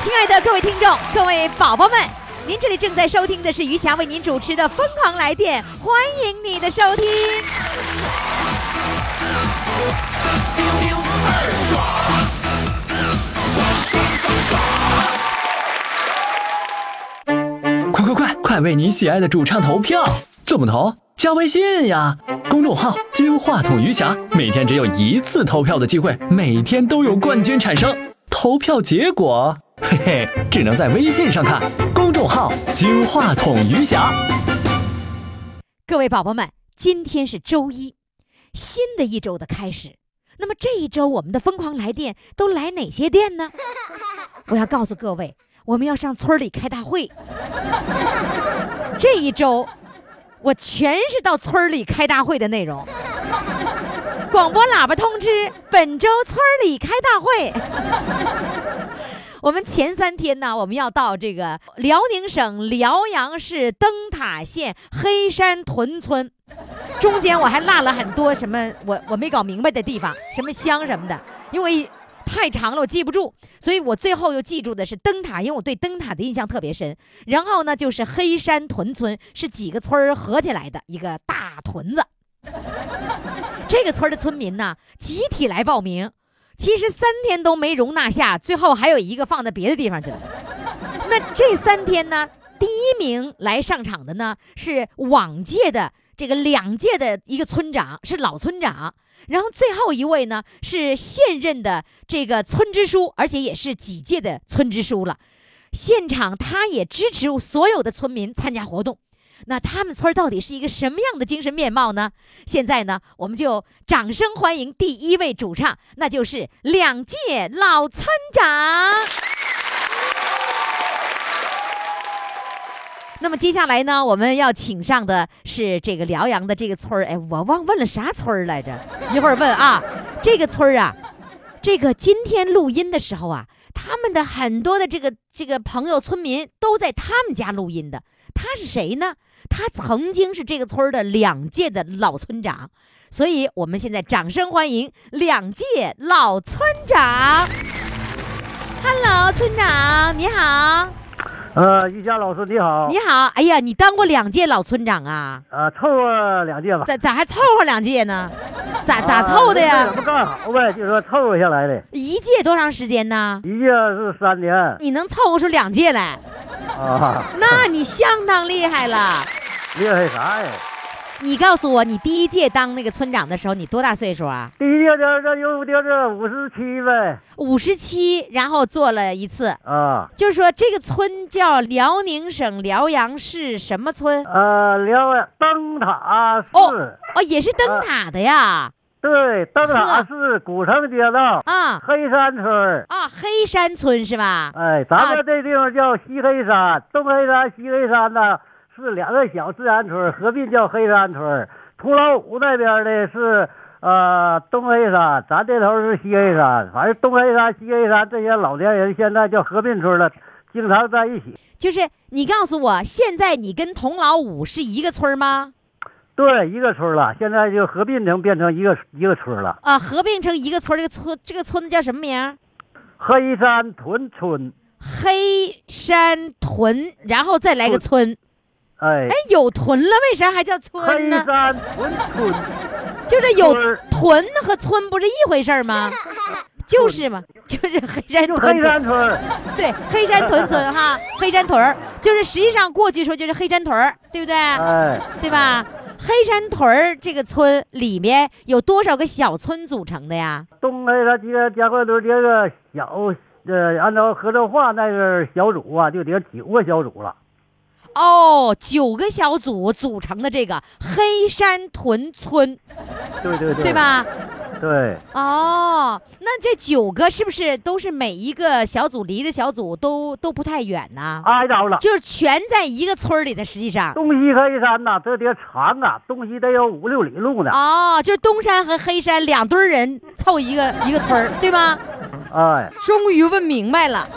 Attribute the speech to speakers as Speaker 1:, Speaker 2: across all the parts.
Speaker 1: 亲爱的各位听众，各位宝宝们，您这里正在收听的是余霞为您主持的《疯狂来电》，欢迎你的收听。
Speaker 2: 快快快，快为你喜爱的主唱投票！怎么投？加微信呀，公众号“金话筒余霞”，每天只有一次投票的机会，每天都有冠军产生。投票结果，嘿嘿，只能在微信上看。公众号“金话筒余霞
Speaker 1: 各位宝宝们，今天是周一，新的一周的开始。那么这一周我们的疯狂来电都来哪些店呢？我要告诉各位，我们要上村里开大会。这一周，我全是到村里开大会的内容。广播喇叭通知：本周村里开大会。我们前三天呢，我们要到这个辽宁省辽阳市灯塔县黑山屯村，中间我还落了很多什么我我没搞明白的地方，什么乡什么的，因为一太长了我记不住，所以我最后又记住的是灯塔，因为我对灯塔的印象特别深。然后呢，就是黑山屯村是几个村儿合起来的一个大屯子，这个村儿的村民呢集体来报名，其实三天都没容纳下，最后还有一个放到别的地方去了。那这三天呢，第一名来上场的呢是往届的这个两届的一个村长，是老村长。然后最后一位呢是现任的这个村支书，而且也是几届的村支书了。现场他也支持所有的村民参加活动。那他们村儿到底是一个什么样的精神面貌呢？现在呢，我们就掌声欢迎第一位主唱，那就是两届老村长。那么接下来呢，我们要请上的是这个辽阳的这个村儿，哎，我忘问了啥村儿来着？一会儿问啊。这个村儿啊，这个今天录音的时候啊，他们的很多的这个这个朋友村民都在他们家录音的。他是谁呢？他曾经是这个村儿的两届的老村长，所以我们现在掌声欢迎两届老村长。Hello，村长你好。
Speaker 3: 呃，于霞老师你好，
Speaker 1: 你好，哎呀，你当过两届老村长啊？
Speaker 3: 呃，凑合两届吧，
Speaker 1: 咋咋还凑合两届呢？咋咋凑的
Speaker 3: 怎么
Speaker 1: 呀？
Speaker 3: 干好呗，就说凑合下来的，
Speaker 1: 一届多长时间呢？
Speaker 3: 一届是三年
Speaker 1: 你能凑合出两届来，
Speaker 3: 啊，
Speaker 1: 那你相当厉害了。
Speaker 3: 厉害啥呀？
Speaker 1: 你告诉我，你第一届当那个村长的时候，你多大岁数啊？
Speaker 3: 第一届这这有这这五十七呗，
Speaker 1: 五十七，然后做了一次。
Speaker 3: 啊，
Speaker 1: 就是说，这个村叫辽宁省辽阳市什么村？
Speaker 3: 呃，辽灯塔市，
Speaker 1: 哦哦，也是灯塔的呀。
Speaker 3: 对，灯塔市古城街道
Speaker 1: 啊
Speaker 3: 黑山村儿。
Speaker 1: 啊，黑山村是吧？
Speaker 3: 哎，咱
Speaker 1: 啊
Speaker 3: 们这地方叫西黑山，东黑山、西黑山呢是两个小自然村儿，合并叫黑山村儿。土老五那边的是呃东黑山，咱这头是西黑山。反正东黑山、西黑山这些老年人现在叫合并村了，经常在一起。
Speaker 1: 就是你告诉我，现在你跟童老五是一个村儿吗？
Speaker 3: 对，一个村儿了，现在就合并成变成一个一个村儿了。
Speaker 1: 啊，合并成一个村儿，这个村这个村子叫什么名儿？
Speaker 3: 黑山屯村，
Speaker 1: 黑山屯，然后再来个村。
Speaker 3: 哎
Speaker 1: 哎，，有屯了，为啥还叫村
Speaker 3: 黑
Speaker 1: 呢？
Speaker 3: 山屯村，
Speaker 1: 就是有
Speaker 3: 村儿
Speaker 1: 屯和村不是一回事儿 吗？就是嘛，就是黑山
Speaker 3: 就
Speaker 1: 屯
Speaker 3: 黑
Speaker 1: 村，
Speaker 3: 山村儿。
Speaker 1: 对，黑山屯村哈，黑山屯儿，就是实际上过去说就是黑山屯儿，对不对？
Speaker 3: 哎，
Speaker 1: 对吧？黑山屯儿这个村里面有多少个小村组成的呀？
Speaker 3: 东北他这个家伙都这个小，呃，按照合作化那个小组啊，就得九个小组了。
Speaker 1: 哦，九个小组组成的这个黑山屯村，
Speaker 3: 对对对，
Speaker 1: 对？吧？
Speaker 3: 对，
Speaker 1: 哦，那这九个是不是都是每一个小组离着小组都都不太远呢？
Speaker 3: 挨着了。
Speaker 1: 就是全在一个村儿里的，实际上。
Speaker 3: 东西黑山呐、这得长啊，东西得有五六里路呢。
Speaker 1: 哦，就是东山和黑山两堆儿人凑一个一个村儿，对吗？
Speaker 3: 哎，
Speaker 1: 终于问明白了。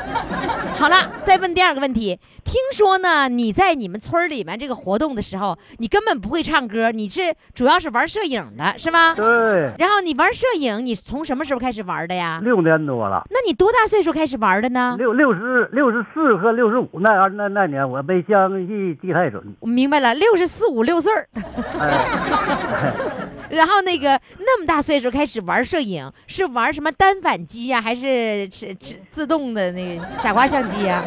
Speaker 1: 好了，再问第二个问题。听说呢，你在你们村儿里面这个活动的时候，你根本不会唱歌，你是主要是玩摄影的，是吧？
Speaker 3: 对，
Speaker 1: 然后你玩摄影，你从什么时候开始玩的呀？
Speaker 3: 六年多了，
Speaker 1: 那你多大岁数开始玩的呢？
Speaker 3: 六六十六十四和六十五那那那年，我没详细记太准。
Speaker 1: 我明白了，六十四五六岁儿，然后那个那么大岁数开始玩摄影，是玩什么单反机呀、还是自自自动的那个傻瓜相机呀、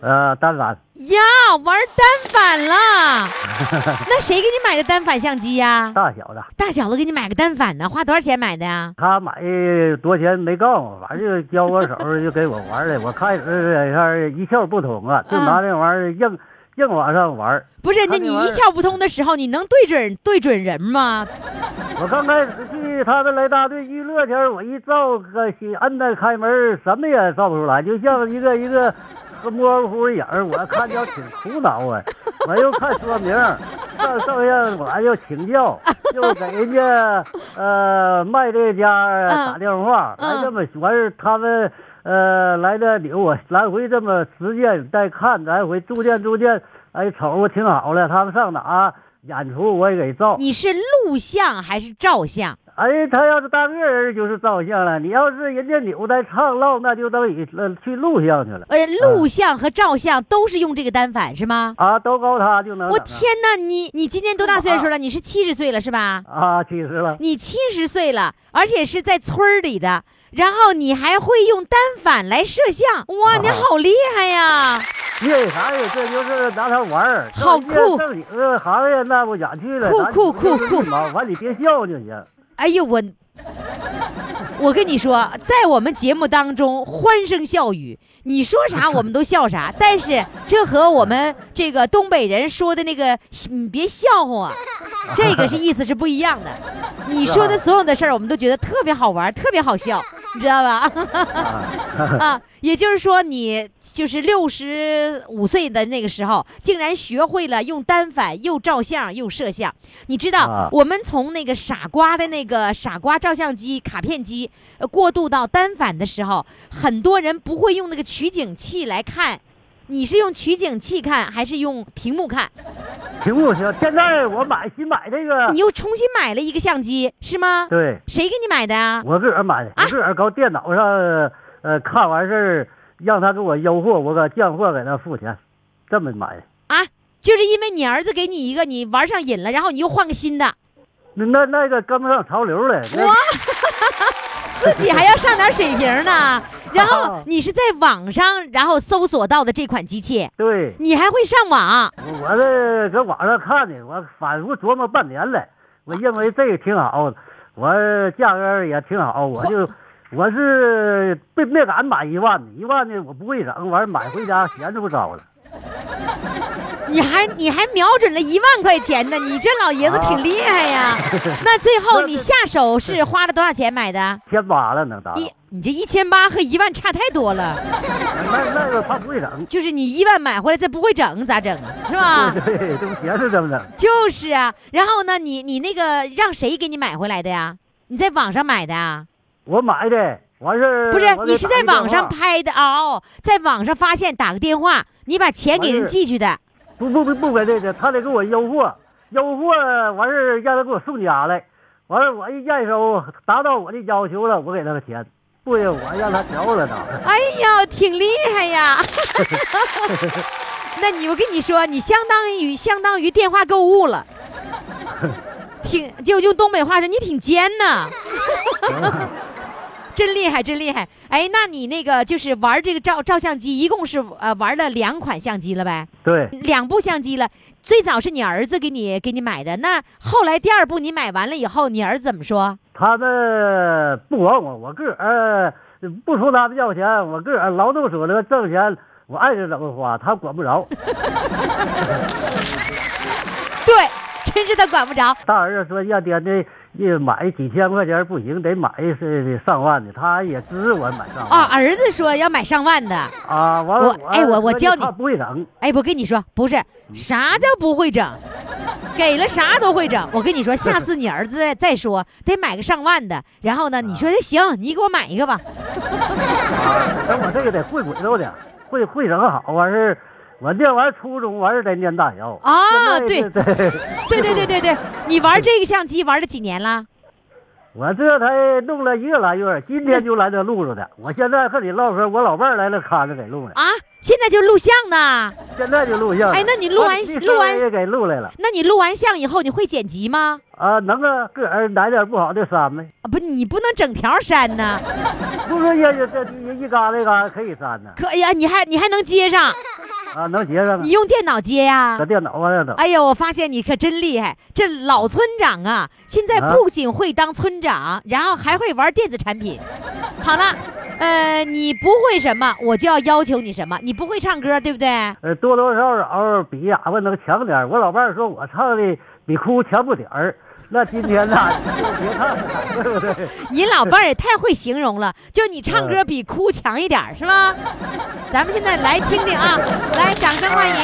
Speaker 3: 呃，单反
Speaker 1: 呀，玩单反 了，那谁给你买的单反相机呀、
Speaker 3: 大小的，
Speaker 1: 大小子给你买个单反呢，花多少钱买的呀？
Speaker 3: 他买多少钱没告诉我，反正就交我手儿就给我玩儿了。我开始这下一窍不通啊，就拿那玩意儿硬硬往上玩儿。
Speaker 1: 不是，那
Speaker 3: 他那
Speaker 1: 你
Speaker 3: 啊玩
Speaker 1: 一
Speaker 3: 意儿
Speaker 1: 窍不通的时候，你能对准对准人吗？
Speaker 3: 我刚开始去他们来大队娱乐前儿，我一照个心，摁那开门儿，什么也照不出来，就像一个一个模糊的影儿。我看着挺苦恼啊，我又看说明儿，上上下我又请教，又给人家呃卖这家打电话，
Speaker 1: 嗯
Speaker 3: 来这么完事儿他们。呃，来这里我来回这么实践再看，来回逐渐逐渐，哎，瞅着我挺好了。他们上哪儿演出我也给照，
Speaker 1: 你是录像还是照相？
Speaker 3: 哎，他要是当个人就是照相了，你要是人家扭带唱唠，那就等于呃去录像去了
Speaker 1: 呃，录像和照相都是用这个单反是吗？
Speaker 3: 啊，都高他就能
Speaker 1: 我
Speaker 3: 整啊
Speaker 1: 天哪，你你今年多大岁数了？你是七十岁了是吧？
Speaker 3: 啊，七十了，
Speaker 1: 你七十岁了，而且是在村儿里的，然后你还会用单反来摄像，
Speaker 3: 啊
Speaker 1: 哇，你好厉害呀！
Speaker 3: 因为啥呀？这就是拿他玩儿，
Speaker 1: 好
Speaker 3: 正经
Speaker 1: 酷
Speaker 3: 正经的行业那不演去了，
Speaker 1: 酷
Speaker 3: 咱
Speaker 1: 酷
Speaker 3: 不就是
Speaker 1: 酷酷
Speaker 3: 这么完你别笑就行。
Speaker 1: 哎呦我，我跟你说，在我们节目当中欢声笑语，你说啥我们都笑啥，但是这和我们这个东北人说的那个“你别笑话我”，这个是意思是不一样的。你说的所有的事儿，我们都觉得特别好玩，特别好笑，你知道吧？ 啊，也就是说，你就是六十五岁的那个时候，竟然学会了用单反又照相又摄像。你知道，
Speaker 3: 啊
Speaker 1: 我们从那个傻瓜的那个傻瓜照相机、卡片机，呃，过渡到单反的时候，很多人不会用那个取景器来看。你是用取景器看，还是用屏幕看？
Speaker 3: 屏幕行，现在我买新买这个
Speaker 1: 你，又重新买了一个相机，是吗？
Speaker 3: 对
Speaker 1: 谁给你买的啊？
Speaker 3: 我自个儿买的，我自个儿搁电脑上呃看完事儿，让他给我邮货，我搁降货给他付钱，这么买的。
Speaker 1: 啊，就是因为你儿子给你一个，你玩上瘾了，然后你又换个新的，
Speaker 3: 那那那个跟不上潮流了，那
Speaker 1: 自己还要上点水平呢。然后
Speaker 3: 哦
Speaker 1: 你是在网上，然后搜索到的这款机器，
Speaker 3: 对。
Speaker 1: 你还会上网。
Speaker 3: 我我这搁网上看的，我反复琢磨半年了。我认为这个挺好，我价格也挺好，我就我是没没敢买一万的，一万的我不会整，完买回家闲着不招了。
Speaker 1: 你还你还瞄准了一万块钱呢，你这老爷子挺厉害呀。那最后你下手是花了多少钱买的？
Speaker 3: 千八了能达到
Speaker 1: 一，你这一千八和一万差太多了，
Speaker 3: 那那个他不会整，
Speaker 1: 就是你一万买回来再不会整咋整啊？是吧？
Speaker 3: 对，这不闲是这么整。
Speaker 1: 就是啊，然后呢，你你那个让谁给你买回来的呀？你在网上买的啊？
Speaker 3: 我买的完事儿，
Speaker 1: 不是
Speaker 3: 我，给
Speaker 1: 你是
Speaker 3: 打
Speaker 1: 在
Speaker 3: 一
Speaker 1: 网上
Speaker 3: 电话
Speaker 1: 拍的哦，在网上发现打个电话，你把钱给人
Speaker 3: 完事儿
Speaker 1: 寄去的。
Speaker 3: 不不不不给这个，他得给我邮货，邮货完事儿让他给我送家来，完了我一验收达到我的要求了，我给他个钱，不行我让他调了他。
Speaker 1: 哎呀，挺厉害呀！ 那你我跟你说，你相当于相当于电话购物了，挺就用东北话说，你挺尖呐，真厉害，真厉害！哎，那你那个就是玩这个照照相机，一共是呃玩了两款相机了呗，
Speaker 3: 对，
Speaker 1: 两部相机了。最早是你儿子给你给你买的，那后来第二部你买完了以后，你儿子怎么说？
Speaker 3: 他们不管我，我个儿呃不从他们要钱，我个儿劳动所得挣钱，我爱是怎么花，他管不着。
Speaker 1: 对，真是他管不着。
Speaker 3: 大儿子说让爹那
Speaker 4: 也买几千块钱不行，得买是上万的。他也支我买上
Speaker 1: 哦，
Speaker 4: 万
Speaker 1: 儿子说要买上万的。
Speaker 4: 啊。完了，
Speaker 1: 我哎我我
Speaker 4: 说
Speaker 1: 教你
Speaker 4: 他不会整，
Speaker 1: 哎，我跟你说，不是啥叫不会整，给了啥都会整。我跟你说，下次你儿子再说得买个上万的，然后呢，你说行，你给我买一个吧。
Speaker 4: 等哎我这个得会轨道的，会会整好完事儿我这玩意儿初中完事儿得念大学
Speaker 1: 啊
Speaker 4: 现在是对，
Speaker 1: 对对对对对，你玩这个相机玩了几年了？
Speaker 4: 我这才弄了一个来月，今天就来这录着的。我现在和你唠嗑，我老伴儿来了看着给录了，
Speaker 1: 啊，现在就录像呢。
Speaker 4: 现在就录像了。啊
Speaker 1: 哎那你录完
Speaker 4: 把你
Speaker 1: 录完
Speaker 4: 声音也给录来了
Speaker 1: 那你录完像以后，你会剪辑吗？
Speaker 4: 啊？能啊，个人来点不好的删呗，
Speaker 1: 啊，不，你不能整条删呢。
Speaker 4: 不是也也这一嘎达一嘎达可以删呢
Speaker 1: 可哎呀，你还你还能接上？
Speaker 4: 啊，能接上啊
Speaker 1: 你。用电脑接呀、
Speaker 4: 搁电脑 啊，电脑
Speaker 1: 哎呀，我发现你可真厉害，这老村长啊，现在
Speaker 4: 啊
Speaker 1: 不仅会当村长，然后还会玩电子产品。 好了，呃，你不会什么，我就要要求你什么。你不会唱歌，对不对？
Speaker 4: 呃多多少少比哑巴能强点儿我老伴儿说我唱的比哭强不点儿，那今天呢就别唱了，对不对？
Speaker 1: 你老伴儿也太会形容了，就你唱歌比哭强一点儿，是吗？咱们现在来听听啊，来，掌声欢迎。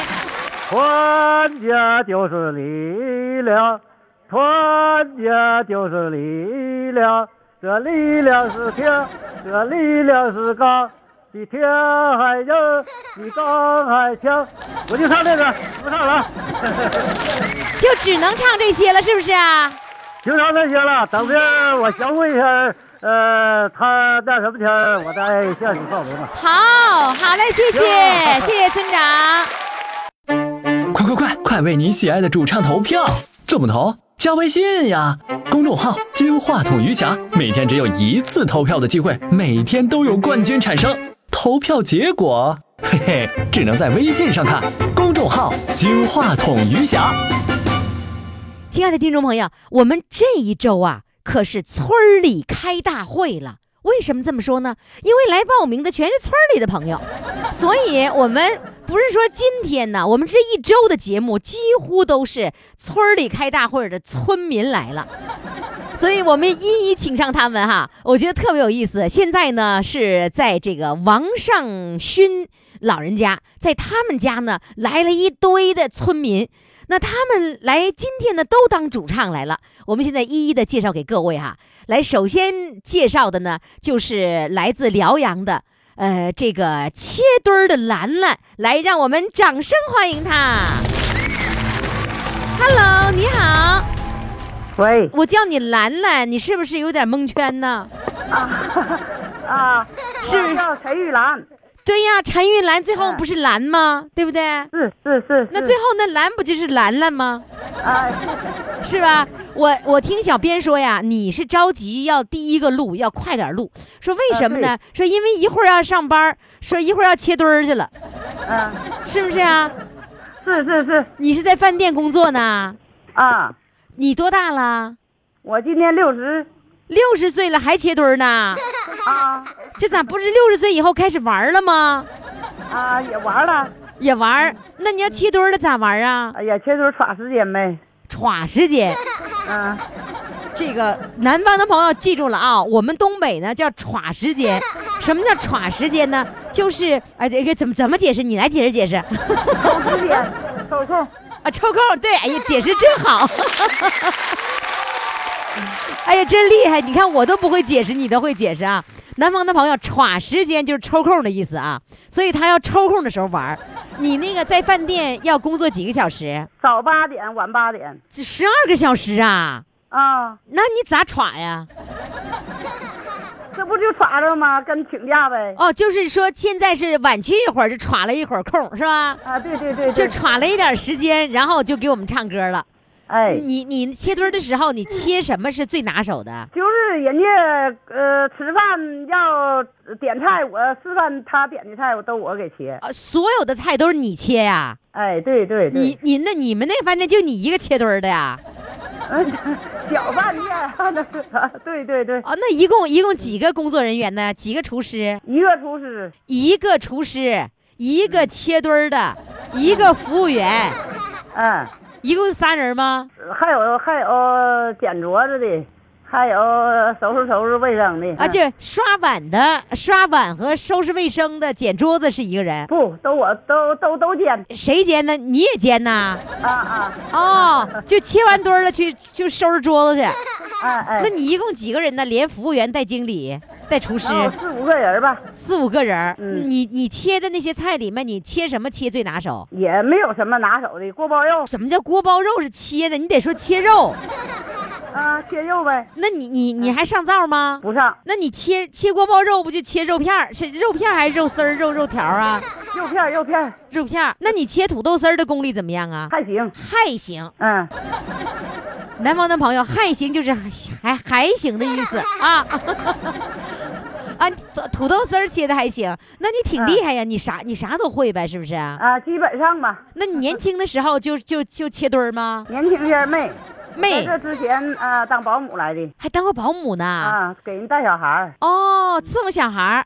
Speaker 4: 团结就是力量，团结就是力量，这力量是天，这力量是钢，比天还硬，比钢还强。我就唱这个，不唱了，啊
Speaker 1: 就只能唱这些了，是不是啊？
Speaker 4: 就唱这些了。等着我小慧一下，呃，他那什么天儿，我再向你报名吧。
Speaker 1: 好，好嘞，谢谢，谢谢村长。
Speaker 2: 快快快，快为你喜爱的主唱投票！怎么投？加微信呀，公众号“金话筒余霞”，每天只有一次投票的机会，每天都有冠军产生。投票结果，嘿嘿，只能在微信上看。公众号“金话筒余霞”。
Speaker 1: 亲爱的听众朋友，我们这一周啊，可是村儿里开大会了。为什么这么说呢？因为来报名的全是村儿里的朋友，所以我们不是说今天呢，我们这一周的节目几乎都是村儿里开大会的村民来了。所以我们一一请上他们哈，我觉得特别有意思。现在呢是在这个王尚勋老人家，在他们家呢来了一堆的村民，那他们来今天呢都当主唱来了。我们现在一一的介绍给各位哈。来，首先介绍的呢就是来自辽阳的。呃，这个切墩儿的兰兰，来，让我们掌声欢迎她。Hello，你好。
Speaker 3: 喂
Speaker 1: 我叫你兰兰，你是不是有点蒙圈呢？
Speaker 3: 啊，
Speaker 1: 是
Speaker 3: 我叫陈玉兰，
Speaker 1: 对呀，陈玉兰最后
Speaker 3: 嗯
Speaker 1: 不是兰吗？对不对？
Speaker 3: 是是是。
Speaker 1: 那
Speaker 3: 是
Speaker 1: 最后那兰不就是兰兰吗？
Speaker 3: 哎，
Speaker 1: 是吧？我我听小编说呀，你是着急要第一个录，要快点录，说为什么呢？说因为一会儿要上班，说一会儿要切墩儿去了，
Speaker 3: 嗯，
Speaker 1: 是不是啊？
Speaker 3: 是是是
Speaker 1: 你是在饭店工作呢？
Speaker 3: 啊，
Speaker 1: 你多大了？
Speaker 3: 我今年六十
Speaker 1: 六十岁了还切墩儿呢？
Speaker 3: 啊
Speaker 1: 这咋不是六十岁以后开始玩儿了吗？
Speaker 3: 啊，也玩了，
Speaker 1: 也玩儿？那你要切墩儿了咋玩儿啊？
Speaker 3: 哎呀，切腿耍时间呗，
Speaker 1: 歘时间。
Speaker 3: 嗯，
Speaker 1: 这个南方的朋友记住了啊，我们东北呢叫歘时间。什么叫歘时间呢？就是哎，这个怎么怎么解释？你来解释解 释啊！
Speaker 3: 抽时间，抽空，
Speaker 1: 抽空，对，哎呀，解释真好。 哎呀，真厉害！你看我都不会解释，你都会解释啊。南方的朋友，歘时间就是抽空的意思啊，所以他要抽空的时候玩儿。你那个在饭店要工作几个小时？
Speaker 3: 早八点，晚八点
Speaker 1: 这十二个小时啊？
Speaker 3: 啊，
Speaker 1: 那你咋歘呀？
Speaker 3: 这不就耍着吗？跟请假呗，
Speaker 1: 哦，就是说现在是晚去一会儿，就歘了一会儿空，是吧？
Speaker 3: 啊，对对对
Speaker 1: 就
Speaker 3: 对，
Speaker 1: 歘了一点时间，然后就给我们唱歌了。
Speaker 3: 哎，
Speaker 1: 你你切墩儿的时候，你切什么是最拿手的？
Speaker 3: 就是人家呃吃饭要点菜，我示范他点的菜，我都我给切，
Speaker 1: 啊，所有的菜都是你切呀、
Speaker 3: 哎，对对对，
Speaker 1: 你你那你们那饭店就你一个切墩儿的呀？
Speaker 3: 小饭店，那是啊对对对，
Speaker 1: 哦，那一共一共几个工作人员呢？几个厨师？
Speaker 3: 一个厨师，
Speaker 1: 一个厨师，一个切墩儿的，一个服务员，
Speaker 3: 嗯，
Speaker 1: 一共仨人吗？
Speaker 3: 呃还有还有捡镯子的，还有收拾收拾卫生的
Speaker 1: 啊，
Speaker 3: 嗯
Speaker 1: 这刷碗的、刷碗和收拾卫生的、捡桌子是一个人，
Speaker 3: 不都我都都都捡
Speaker 1: 谁煎呢？你也煎呐？
Speaker 3: 啊啊
Speaker 1: 哦，就切完堆儿了去就收拾桌子去。
Speaker 3: 哎哎
Speaker 1: 啊那，你一共几个人呢？连服务员带经理带厨师
Speaker 3: 哦四五个人吧，
Speaker 1: 四五个人儿。
Speaker 3: 嗯
Speaker 1: 你你切的那些菜里面，你切什么切最拿手？
Speaker 3: 也没有什么拿手的，锅包肉
Speaker 1: 什么叫锅包肉是切的？你得说切肉。
Speaker 3: 啊，切肉呗，
Speaker 1: 那你你你还上灶吗？
Speaker 3: 不上
Speaker 1: 那你切切锅包肉不就切肉片儿？是肉片儿还是肉丝儿、肉肉条儿啊？
Speaker 3: 肉片儿肉片儿
Speaker 1: 肉片儿。那你切土豆丝儿的功力怎么样啊？
Speaker 3: 还行，
Speaker 1: 还行，
Speaker 3: 嗯，
Speaker 1: 南方的朋友，还行就是还还行的意思啊。 啊，土土豆丝儿切的还行，那你
Speaker 3: 嗯
Speaker 1: 挺厉害呀，你啥你啥都会呗，是不是？
Speaker 3: 啊，基本上吧。
Speaker 1: 那你年轻的时候就就就切墩儿吗？
Speaker 3: 年轻些儿没，在
Speaker 1: 妹
Speaker 3: 这之前啊、当保姆来的
Speaker 1: 还当过保姆呢，
Speaker 3: 啊，给人带小孩儿，
Speaker 1: 哦，伺候小孩儿，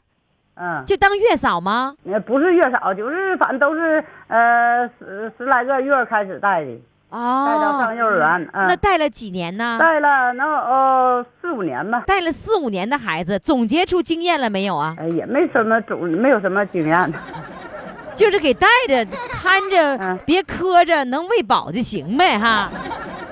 Speaker 3: 嗯，
Speaker 1: 就当月嫂吗？
Speaker 3: 呃不是月嫂，就是反正都是呃十十来个月开始带的，带到上
Speaker 1: 哦，
Speaker 3: 幼儿园，嗯，
Speaker 1: 那带了几年呢？
Speaker 3: 带了能有呃四五年吧，
Speaker 1: 带了四五年的孩子，总结出经验了没有啊？
Speaker 3: 呃也没什么总没有什么经验，
Speaker 1: 就是给带着看着
Speaker 3: 嗯，
Speaker 1: 别磕着，能喂饱就行呗哈。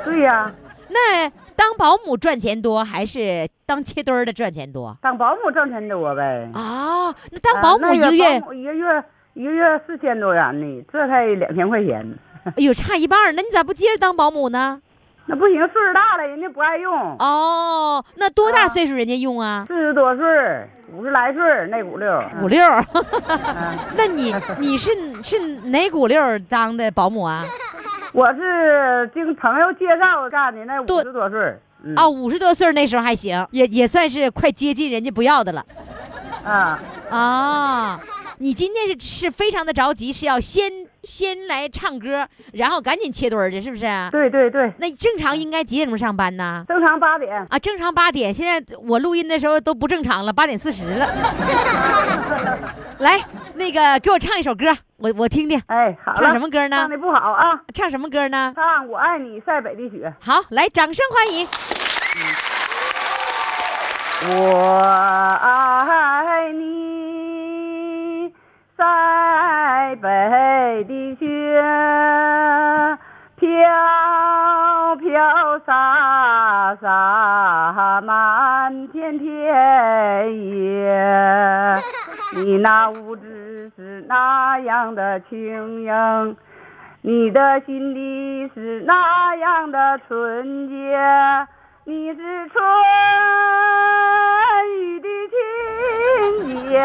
Speaker 3: 对呀、
Speaker 1: 那当保姆赚钱多还是当切墩儿的赚钱多
Speaker 3: 当保姆挣钱多呗，
Speaker 1: 啊？那当保姆一个月，
Speaker 3: 啊那保姆一个月一个月四千多元呢，这才两千块钱，
Speaker 1: 哎呦，差一半儿，那你咋不接着当保姆呢？
Speaker 3: 那不行，岁数大了，人家不爱用，
Speaker 1: 哦，那多大岁数人家用啊？
Speaker 3: 四十多岁儿，五十来岁儿那股溜儿，
Speaker 1: 嗯五六儿，
Speaker 3: 嗯
Speaker 1: 那你你是是哪股六儿当的保姆啊？
Speaker 3: 我是经朋友介绍干的，那
Speaker 1: 对
Speaker 3: 五十多岁儿。嗯
Speaker 1: 哦，五十多岁儿那时候还行，也也算是快接近人家不要的了
Speaker 3: 啊，
Speaker 1: 啊。你今天是是非常的着急，是要先先来唱歌，然后赶紧切墩儿去，是不是？啊
Speaker 3: 对对对，
Speaker 1: 那正常应该几点钟上班呢？
Speaker 3: 正常八点，
Speaker 1: 啊，正常八点，现在我录音的时候都不正常了，八点四十了。来，那个给我唱一首歌，我我听听，
Speaker 3: 哎，好了。
Speaker 1: 唱什么歌呢
Speaker 3: 唱的不好啊，
Speaker 1: 唱什么歌呢？
Speaker 3: 唱《我爱你塞北的雪》。
Speaker 1: 好，来，掌声欢迎。
Speaker 3: 我爱你，塞北的雪飘飘洒洒满天田野，你那无知是那样的轻盈。你的心里是那样的纯洁，你是春雨的情节，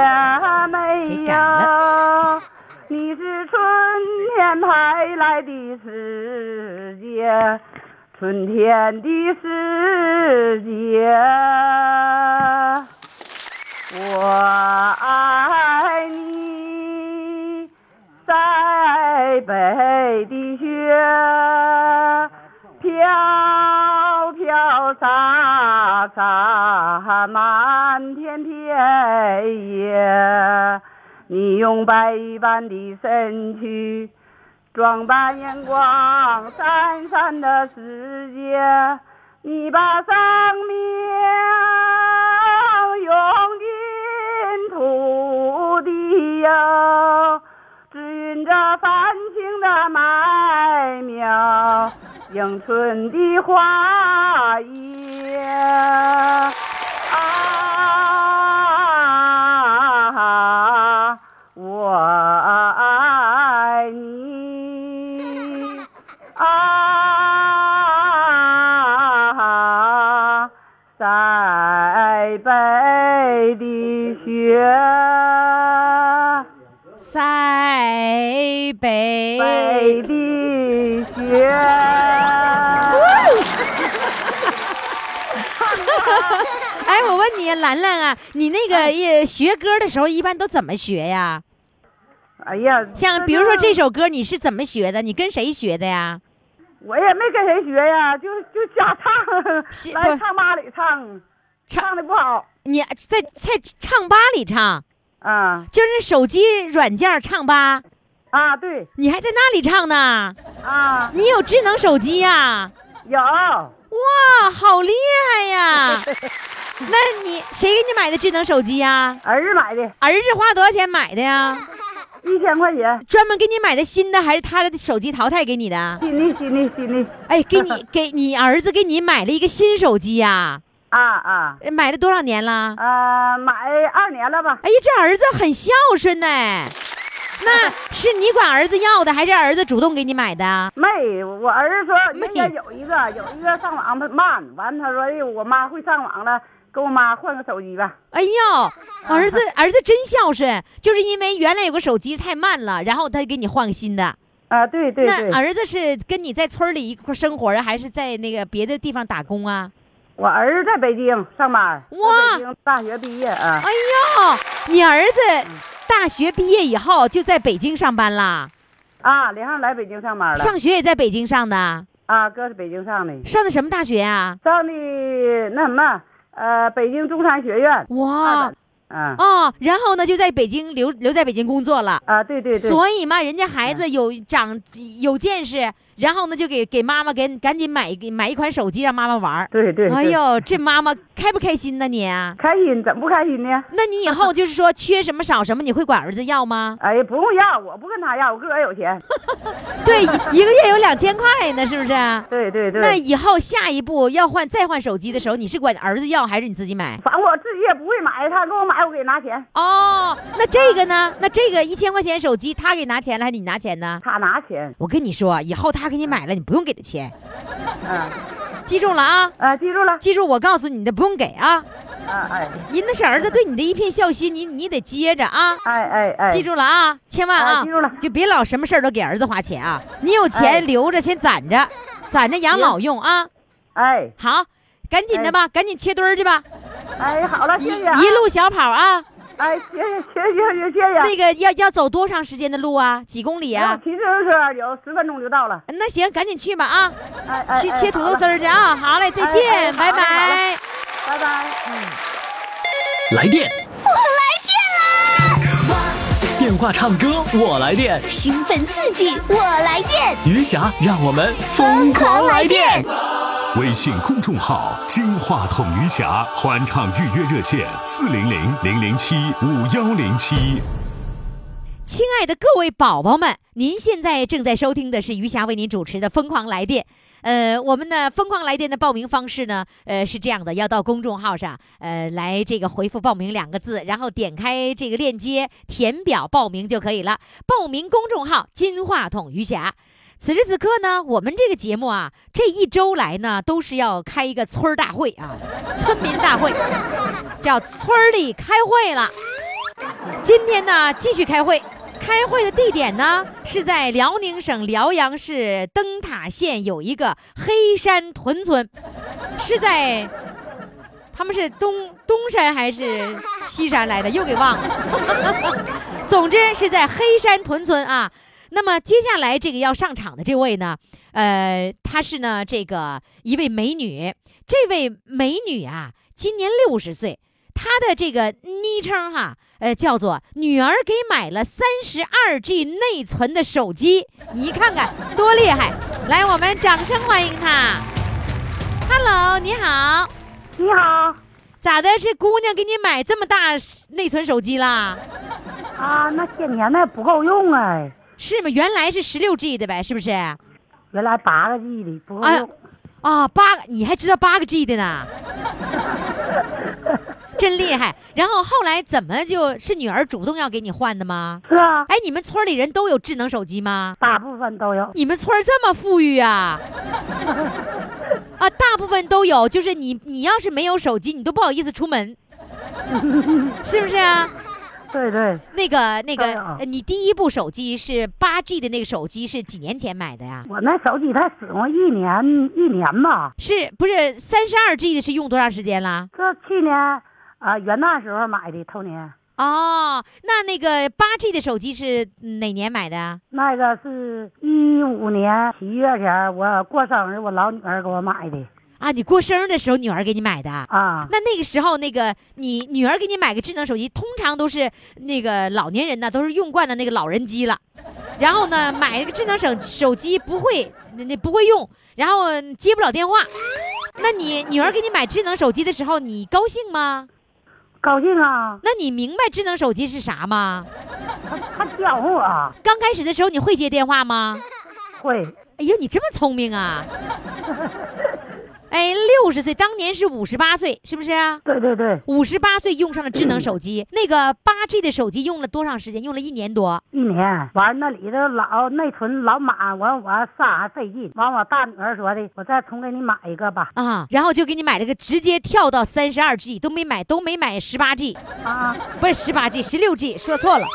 Speaker 3: 没
Speaker 1: 给改
Speaker 3: 有，你是春天派来的世界，春天的世界。我爱你，塞北的雪，飘飘洒洒满天田野。你用白衣般的身躯，装扮阳光闪闪的世界，你把生命涌进土地哟，指引着繁星的麦苗，迎春的花叶。啊，我爱你。啊，塞北的雪，
Speaker 1: 塞 北，
Speaker 3: 北的雪。
Speaker 1: 哎，我问你，兰兰啊，你那个也学歌的时候一般都怎么学呀？
Speaker 3: 哎呀，
Speaker 1: 像比如说这首歌，你是怎么学的？你跟谁学的呀？
Speaker 3: 我也没跟谁学呀，就就瞎
Speaker 1: 是
Speaker 3: 唱，
Speaker 1: 不
Speaker 3: 来唱吧里唱，
Speaker 1: 唱
Speaker 3: 唱的不好
Speaker 1: 你在在唱吧里唱，
Speaker 3: 啊
Speaker 1: 就是手机软件儿唱吧，
Speaker 3: 啊对
Speaker 1: 你还在那里唱呢？
Speaker 3: 啊
Speaker 1: 你有智能手机呀、
Speaker 3: 有，
Speaker 1: 哇，好厉害呀！那你谁给你买的智能手机呀？
Speaker 3: 儿子买的，
Speaker 1: 儿子花多少钱买的呀？
Speaker 3: 一千块钱，
Speaker 1: 专门给你买的新的还是他的手机淘汰给你的？
Speaker 3: 新的新的新的，
Speaker 1: 哎，给你给你儿子给你买了一个新手机呀、
Speaker 3: 啊啊，
Speaker 1: 呃买了多少年了？
Speaker 3: 呃，买二年了吧，
Speaker 1: 哎呀，这儿子很孝顺呢、那是你管儿子要的，还是儿子主动给你买的？
Speaker 3: 妹，我儿子说
Speaker 1: 妹
Speaker 3: 人家有一个有一个上网慢，完他说哎呦我妈会上网了，跟我妈换个手机吧，
Speaker 1: 哎呦，儿子儿子真孝顺，就是因为原来有个手机太慢了，然后他给你换个新的。
Speaker 3: 啊，对对对
Speaker 1: 那，儿子是跟你在村里一块儿生活啊，还是在那个别的地方打工啊？
Speaker 3: 我儿子在北京上班，
Speaker 1: 哇
Speaker 3: 在北京大学毕业啊，
Speaker 1: 哎呦，你儿
Speaker 3: 嗯
Speaker 1: 子大学毕业以后就在北京上班啦，
Speaker 3: 啊，连上来北京上班了，
Speaker 1: 上学也在北京上的，
Speaker 3: 啊，哥是北京上的，
Speaker 1: 上的什么大学啊？
Speaker 3: 上的那什么，呃，北京中山学院，
Speaker 1: 哇
Speaker 3: 二啊
Speaker 1: 哦，然后呢就在北京留留在北京工作了。
Speaker 3: 啊，对对对，嗯
Speaker 1: 所以嘛，人家孩子有长有见识，然后呢就给给妈妈给赶紧买一买一款手机让妈妈玩儿。
Speaker 3: 对对，对
Speaker 1: 哎，呦，这妈妈开不开心呢你、啊？
Speaker 3: 开心怎么不开心呢？
Speaker 1: 那你以后就是说缺什么少什么，你会管儿子要吗？
Speaker 3: 哎呀，不用要，我不跟他要，我自个儿有钱。
Speaker 1: 对，一一个月有两千块呢，是不是？
Speaker 3: 对对 对，
Speaker 1: 那以后下一步要换再换手机的时候，你是管儿子要还是你自己买？
Speaker 3: 反正我自己也不会买，他给我买，我给拿钱，
Speaker 1: 哦，那这个呢？那这个一千块钱手机，他给拿钱了还是你拿钱呢？
Speaker 3: 他拿钱。
Speaker 1: 我跟你说，以后他给你买了，你不用给他钱，
Speaker 3: 嗯，
Speaker 1: 记住了啊！
Speaker 3: 啊，记住了，
Speaker 1: 记住我告诉你的，不用给啊！
Speaker 3: 啊哎
Speaker 1: 人那是儿子对你的一片孝心，你你得接着啊！
Speaker 3: 哎哎哎，
Speaker 1: 记住了啊，千万啊，
Speaker 3: 哎记住了
Speaker 1: 就别老什么事儿都给儿子花钱啊！你有
Speaker 3: 哎
Speaker 1: 钱留着，先攒着，攒着养老用啊！
Speaker 3: 哎
Speaker 1: 好，赶紧的吧，赶紧切墩儿去吧。
Speaker 3: 哎，好了，
Speaker 1: 一
Speaker 3: 谢谢哎啊，
Speaker 1: 一路小跑啊！
Speaker 3: 哎，谢谢谢谢谢啊谢呀。
Speaker 1: 那个要要走多长时间的路啊？几公里
Speaker 3: 我
Speaker 1: 啊？
Speaker 3: 骑自行车有十分钟就到了，
Speaker 1: 那行，赶紧去吧啊！
Speaker 3: 哎哎，
Speaker 1: 去
Speaker 3: 哎
Speaker 1: 切土豆丝，
Speaker 3: 好
Speaker 1: 儿去啊！好嘞，再
Speaker 3: 哎哎
Speaker 1: 见，
Speaker 3: 好
Speaker 1: 拜拜。
Speaker 3: 嘞了拜拜。
Speaker 2: 来电，我来电啦！电话唱歌，我来电。
Speaker 5: 兴奋刺激，我来电，
Speaker 2: 余霞，让我们
Speaker 5: 疯狂来电！
Speaker 6: 微信公众号“金话筒余霞”欢唱预约热线：四零零零零七五幺零七。
Speaker 1: 亲爱的各位宝宝们，您现在正在收听的是余霞为您主持的《疯狂来电》。呃，我们呢，《疯狂来电》的报名方式呢，呃，是这样的，要到公众号上，呃，来这个回复“报名”两个字，然后点开这个链接，填表报名就可以了。报名公众号“金话筒余霞”。此时此刻呢，我们这个节目啊，这一周来呢，都是要开一个村儿大会啊，村民大会，叫村儿里开会了。今天呢，继续开会。开会的地点呢是在辽宁省辽阳市灯塔县有一个黑山屯村，是在他们是东东山还是西山来着？又给忘了。 总之是在黑山屯村啊。那么接下来这个要上场的这位呢，呃，她是呢这个一位美女，这位美女啊今年六十岁，她的这个昵称哈、呃，叫做“女儿给买了三十二 G 内存的手机”，你看看多厉害！来，我们掌声欢迎她。Hello，你好，
Speaker 3: 你好
Speaker 1: 咋的？是姑娘给你买这么大内存手机啦？
Speaker 3: 啊，那些年那不够用哎，
Speaker 1: 是吗？原来是十六 G 的呗，是不是？啊，
Speaker 3: 原来八个 G 的不够用。
Speaker 1: 哎八个，你还知道八个 G 的呢， 真厉害。然后后来怎么就是女儿主动要给你换的吗？
Speaker 3: 是啊，
Speaker 1: 哎，你们村里人都有智能手机吗？
Speaker 3: 大部分都有。
Speaker 1: 你们村儿这么富裕啊？啊，大部分都有，就是你，你要是没有手机，你都不好意思出门，是不是啊？
Speaker 3: 对对，
Speaker 1: 那个那
Speaker 3: 哎
Speaker 1: 个
Speaker 3: 呀，
Speaker 1: 呃你第一部手机是八 G 的那个手机是几年前买的呀？
Speaker 3: 我那手机才使用一年一年吧，
Speaker 1: 是不是三十二 G 的是用多长时间啦？
Speaker 3: 这去年啊、元旦时候买的，头年
Speaker 1: 哦，那那个八 G 的手机是哪年买的啊？
Speaker 3: 那个是一五年七月前，我过生日，我老女儿给我买的
Speaker 1: 啊，你过生日的时候女儿给你买的啊？
Speaker 3: 啊。
Speaker 1: 那那个时候，那个你女儿给你买个智能手机，通常都是那个老年人呢，都是用惯了那个老人机了，然后呢，买一个智能手手机不会，那那不会用，然后接不了电话。那你女儿给你买智能手机的时候，你高兴吗？
Speaker 3: 高兴啊，
Speaker 1: 那你明白智能手机是啥吗？
Speaker 3: 他搅和我啊，
Speaker 1: 刚开始的时候你会接电话吗？
Speaker 3: 会，
Speaker 1: 哎呦，你这么聪明啊！哎，六十岁，当年是五十八岁，是不是啊？
Speaker 3: 对对对，
Speaker 1: 五十八岁用上了智能手机，那个八 G 的手机用了多长时间？用了一年多。
Speaker 3: 一年完那里头老内存老满，完我上还费劲，完我大女儿说的，我再重给你买一个吧，
Speaker 1: 啊，然后就给你买了个，直接跳到三十二 G 都没买，都没买十八 G，
Speaker 3: 啊，
Speaker 1: 不是十八 G，十六 G，说错了，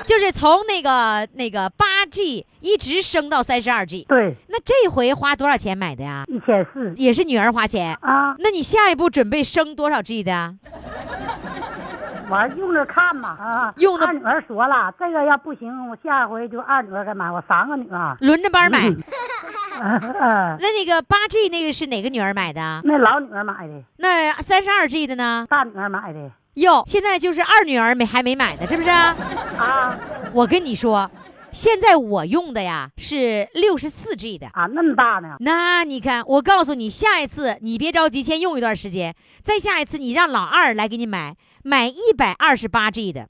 Speaker 1: 就是从那个那个八 G 一直升到三十二 G。
Speaker 3: 对，
Speaker 1: 那这回花多少钱买的呀？
Speaker 3: 一千四
Speaker 1: 也是女儿花钱。
Speaker 3: 啊，
Speaker 1: 那你下一步准备升多少 G 的啊？
Speaker 3: 完用着看嘛啊，
Speaker 1: 用的
Speaker 3: 二女儿说了，这个要不行，我下回就二女儿给买，我三个女儿，
Speaker 1: 轮着班买。
Speaker 3: 嗯，
Speaker 1: 那那个八 G 那个是哪个女儿买的？
Speaker 3: 那老女儿买的，
Speaker 1: 那三十二 G 的呢？
Speaker 3: 大女儿买的
Speaker 1: 哟，现在就是二女儿没还没买呢，是不是啊？
Speaker 3: 啊
Speaker 1: 我跟你说，现在我用的呀是六十四 G 的。
Speaker 3: 啊，那么大呢，
Speaker 1: 那你看，我告诉你，下一次你别着急，先用一段时间，再下一次你让老二来给你买，买一百二十八 G 的。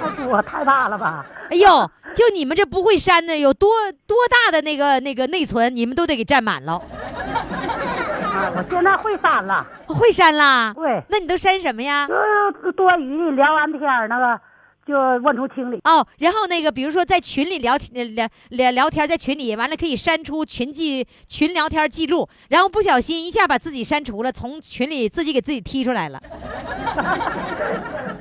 Speaker 3: 太多太大了吧，
Speaker 1: 哎呦，就你们这不会删的，有多多大的那个那个内存，你们都得给占满了。
Speaker 3: 啊，我现在会删了，
Speaker 1: 会删啦？
Speaker 3: 会。
Speaker 1: 那你都删什么呀？
Speaker 3: 就是多余的聊完天儿那个，就问出清理。
Speaker 1: 哦，然后那个，比如说在群里聊天呃聊聊聊天，在群里完了可以删除群记群聊天记录，然后不小心一下把自己删除了，从群里自己给自己踢出来了，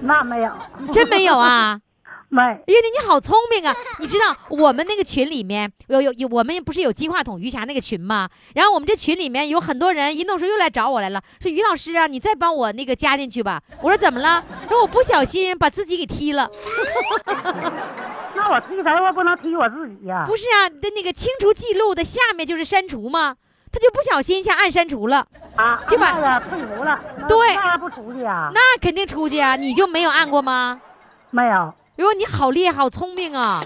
Speaker 3: 那没有，
Speaker 1: 真没有啊？
Speaker 3: 没
Speaker 1: 哎呀，你你好聪明啊！你知道我们那个群里面有有有，我们不是有金话筒余霞那个群吗？然后我们这群里面有很多人，一弄说又来找我来了，说于老师啊，你再帮我那个加进去吧。我说怎么了？说我不小心把自己给踢了。
Speaker 3: 那我踢谁我不能踢我自己呀、
Speaker 1: 不是啊，的那个清除记录的下面就是删除吗？他就不小心一下按删除了，
Speaker 3: 啊，
Speaker 1: 就把
Speaker 3: 那个退服了。那
Speaker 1: 对
Speaker 3: 那还不出去啊？
Speaker 1: 那肯定出去啊！你就没有按过吗？
Speaker 3: 没有啊，
Speaker 1: 哟，你好厉害，好聪明啊！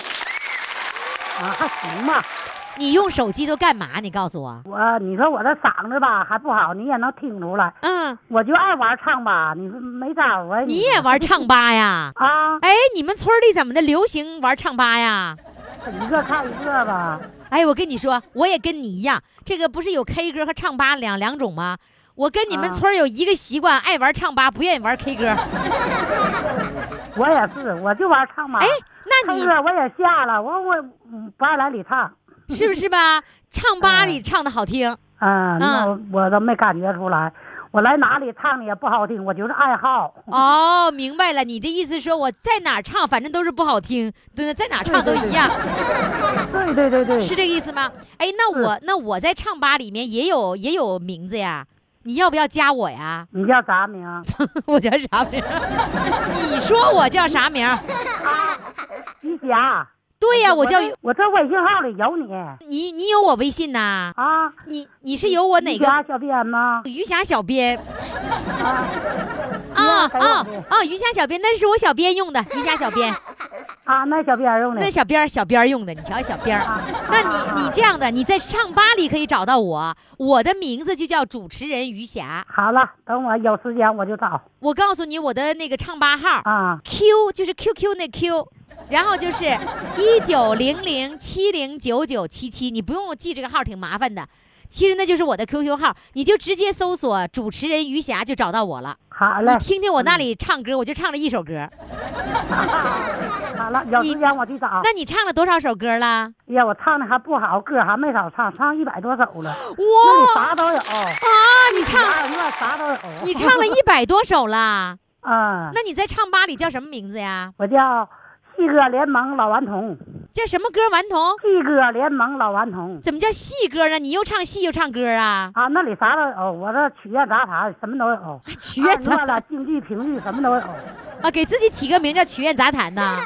Speaker 3: 还行吧。
Speaker 1: 你用手机都干嘛？你告诉我。
Speaker 3: 我你说我这嗓子吧还不好，你也能听出来。
Speaker 1: 嗯，
Speaker 3: 我就爱玩唱吧，你说没招啊？
Speaker 1: 你也玩唱吧呀？
Speaker 3: 啊？
Speaker 1: 哎，你们村儿里怎么的流行玩唱吧呀？
Speaker 3: 一个看一个吧。
Speaker 1: 哎，我跟你说，我也跟你一样，这个不是有 K 歌和唱吧两两种吗？我跟你们
Speaker 3: 啊
Speaker 1: 村儿有一个习惯，爱玩唱吧，不愿意玩 K 歌。
Speaker 3: 我也是，我就玩唱吧。
Speaker 1: 哎，那
Speaker 3: 唱
Speaker 1: 你
Speaker 3: 歌我也下了，我我嗯不爱来里唱。
Speaker 1: 是不是吧？唱吧里唱的好听，
Speaker 3: 嗯，那我我都没感觉出来。我来哪里唱的也不好听，我就是爱好。
Speaker 1: 哦，明白了，你的意思说我在哪儿唱，反正都是不好听，对，在哪儿唱都一样，
Speaker 3: 对对对对，
Speaker 1: 是这个意思吗？哎，那我那我在唱吧里面也有也有名字呀，你要不要加我呀？
Speaker 3: 你叫啥名？
Speaker 1: 我叫啥名儿？ 你说我叫啥名儿？
Speaker 3: 余霞。
Speaker 1: 对呀、我叫
Speaker 3: 这我这微信号里有你
Speaker 1: 你，你有我微信呐、
Speaker 3: 啊？
Speaker 1: 你你是有我哪个？
Speaker 3: 余霞小编吗？
Speaker 1: 余霞小编
Speaker 3: 啊
Speaker 1: 啊
Speaker 3: 还有
Speaker 1: 啊
Speaker 3: 谁
Speaker 1: 啊！余霞小编，那是我小编用的，余霞小编。
Speaker 3: 啊，那小编用的
Speaker 1: 那小边儿小边儿用的，你瞧小边 儿。那你你这样的，你在唱吧里可以找到我，我的名字就叫主持人余霞。
Speaker 3: 好了，等我有时间我就找
Speaker 1: 我告诉你我的那个唱吧号
Speaker 3: 啊。
Speaker 1: ，Q 就是 QQ 那 Q，然后就是一九零零七零九九七七，你不用记这个号，挺麻烦的。其实那就是我的 QQ 号，你就直接搜索主持人余霞就找到我了。
Speaker 3: 好嘞嗯
Speaker 1: 你，听听我那里唱歌，我就唱了一首歌。
Speaker 3: 好了，有时间我去找。
Speaker 1: 那你唱了多少首歌啦？
Speaker 3: 哎呀，我唱的还不好，歌还没少唱，唱一百多首了，那里
Speaker 1: 哇
Speaker 3: 啥都有，
Speaker 1: 啊！你唱
Speaker 3: 二乐啥都有。
Speaker 1: 你唱了一百多首啦，
Speaker 3: 啊？
Speaker 1: 那你在唱吧里叫什么名字呀？
Speaker 3: 我叫戏歌联盟老顽童，
Speaker 1: 叫什么歌？顽童？
Speaker 3: 戏歌联盟老顽童
Speaker 1: 怎么叫戏歌呢？你又唱戏又唱歌啊？
Speaker 3: 啊，那里啥都有，我这曲苑杂谈什么都有，
Speaker 1: 曲苑
Speaker 3: 啊
Speaker 1: 杂
Speaker 3: 二乐了京剧评剧什么都有。
Speaker 1: 啊，给自己起个名叫曲苑杂谈呐。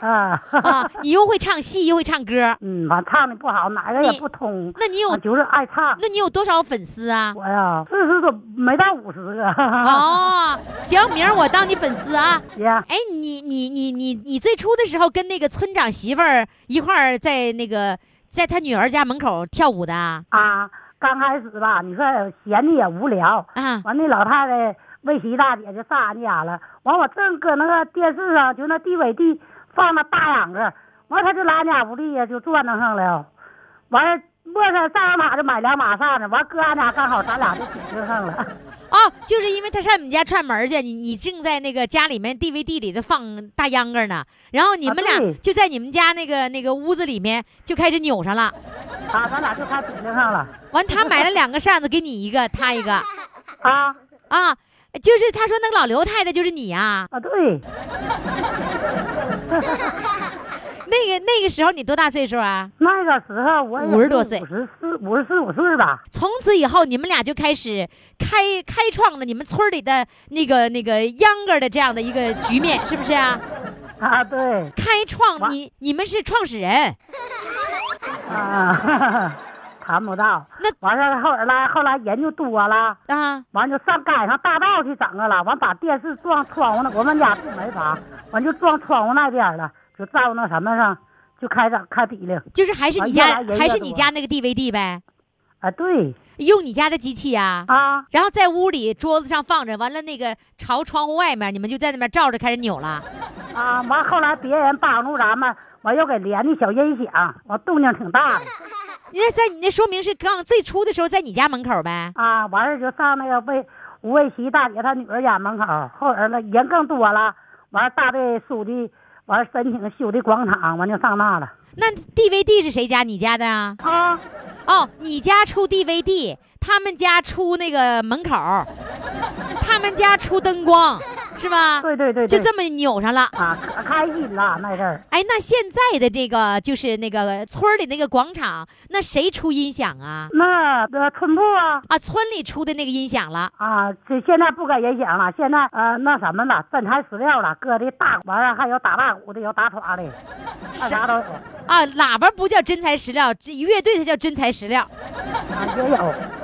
Speaker 3: 啊，
Speaker 1: 啊，你又会唱戏，又会唱歌，
Speaker 3: 嗯，完唱的不好，哪个也
Speaker 1: 你
Speaker 3: 不通。
Speaker 1: 那你有
Speaker 3: 我就是爱唱。
Speaker 1: 那你有多少粉丝啊？
Speaker 3: 我呀，四十个没到五十个。
Speaker 1: 哦，行，明儿我当你粉丝啊。
Speaker 3: 姐，
Speaker 1: 哎，你你你你你最初的时候跟那个村长媳妇儿一块儿在那个在他女儿家门口跳舞的啊？
Speaker 3: 啊，刚开始吧，你说闲的也无聊，
Speaker 1: 啊
Speaker 3: 完那老太太魏琪大姐就上俺家了，完我正搁那个电视上就那地纬地放那大秧歌，完她就来俺家屋里呀就转腾上了，完了末上上俺马就买两马扇子，完搁俺家刚好咱俩就挺着上了，
Speaker 1: 哦，就是因为他上你家串门儿去，你你正在那个家里面 DVD 里头放大秧歌呢，然后你
Speaker 3: 啊
Speaker 1: 们俩
Speaker 3: 对
Speaker 1: 就在你们家那个那个屋子里面就开始扭上了。
Speaker 3: 啊，咱俩就开挺着上了，
Speaker 1: 完，他买了两个扇子，给你一个，他一个
Speaker 3: 啊
Speaker 1: 啊，就是他说那个老刘太太就是你啊。
Speaker 3: 啊对，
Speaker 1: 那个那个时候你多大岁数啊？
Speaker 3: 那个时候我
Speaker 1: 50多岁
Speaker 3: 五十四五十四五岁吧，
Speaker 1: 从此以后，你们俩就开始开开创了你们村儿里的那个那个秧歌儿的这样的一个局面，是不是啊？
Speaker 3: 啊对
Speaker 1: 开创你你们是创始人，
Speaker 3: 啊， 哈哈谈不到，
Speaker 1: 那
Speaker 3: 完事儿后来后来人就多了。
Speaker 1: 啊，
Speaker 3: 完就上赶上大道去整个了，完把电视撞窗户那，我们家住没房，完就撞窗户那边了，就照那什么上，就开整开比了。
Speaker 1: 就是还是你
Speaker 3: 啊越
Speaker 1: 家
Speaker 3: 来越
Speaker 1: 还是
Speaker 3: 越多
Speaker 1: 你家那个 DVD 呗，
Speaker 3: 啊，对
Speaker 1: 用你家的机器呀、
Speaker 3: 啊，
Speaker 1: 然后在屋里桌子上放着，完了那个朝窗户外面，你们就在那边照着开始扭了。
Speaker 3: 啊，完后来别人帮助咱们，完又给连的小音响，完动静挺大的
Speaker 1: 那在你那说明是刚最初的时候在你家门口呗，
Speaker 3: 啊，完事儿就上那个魏吴魏琪大姐她女儿家门口，后人了人更多了，完大队书记完申请修的广场，完就上那了
Speaker 1: 那 DVD 是谁家？你家的啊？
Speaker 3: 啊
Speaker 1: 哦，你家出 DVD，他们家出那个门口儿，他们家出灯光，是吧？
Speaker 3: 对对对对
Speaker 1: 就这么扭上了。
Speaker 3: 啊，可开心了那阵儿
Speaker 1: 哎，那现在的这个就是那个村儿里那个广场，那谁出音响啊？
Speaker 3: 那那村部啊。
Speaker 1: 啊，村里出的那个音响了。
Speaker 3: 啊，这现在不跟人讲了，现在呃那什么了，真材实料了，搁的大玩意儿，还有打大鼓的，有打耍的，啊啥都有，
Speaker 1: 啊，喇叭不叫真材实料，这乐队才叫真材实料
Speaker 3: 啊也有。